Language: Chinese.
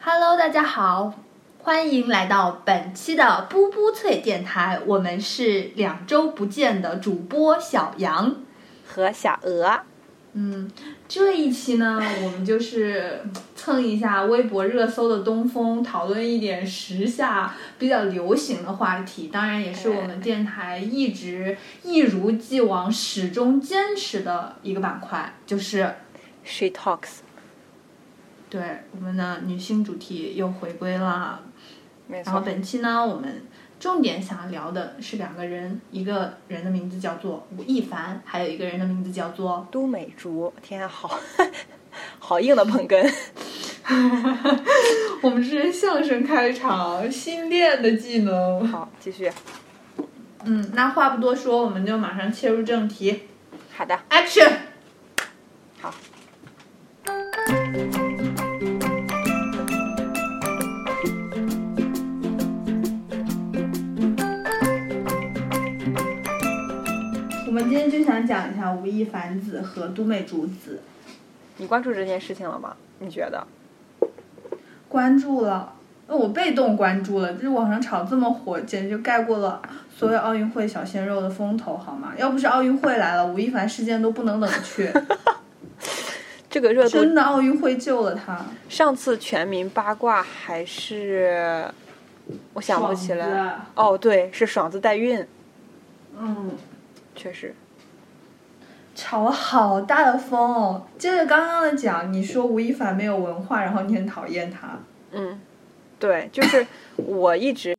Hello，大家好，欢迎来到本期的布布脆电台，我们是两周不见的主播小杨。和小鹅。嗯，这一期呢，我们就是蹭一下微博热搜的东风，讨论一点时下比较流行的话题。当然，也是我们电台一直一如既往、始终坚持的一个板块，就是 She talks，对我们的女性主题又回归了。没然错，后本期呢，我们重点想要聊的是两个人，一个人的名字叫做吴亦凡，还有一个人的名字叫做都美竹，天啊，好好硬的捧哏。我们之前相声开场，新练的技能。好，继续。嗯，那话不多说，我们就马上切入正题好的， ，Action！好。我们今天就想讲一下吴亦凡子和都美竹子，你关注这件事情了吗？你觉得？关注了，呃我被动关注了，就是网上炒这么火，简直就盖过了所有奥运会小鲜肉的风头，好吗？要不是奥运会来了，吴亦凡事件都不能冷却，这个热度，真的奥运会救了他。上次全民八卦还是我想不起来。来，哦，对，是爽子代孕，嗯。确实。吵了好大的风哦！接着刚刚的讲，你说吴亦凡没有文化，然后你很讨厌他，嗯，对，就是我一直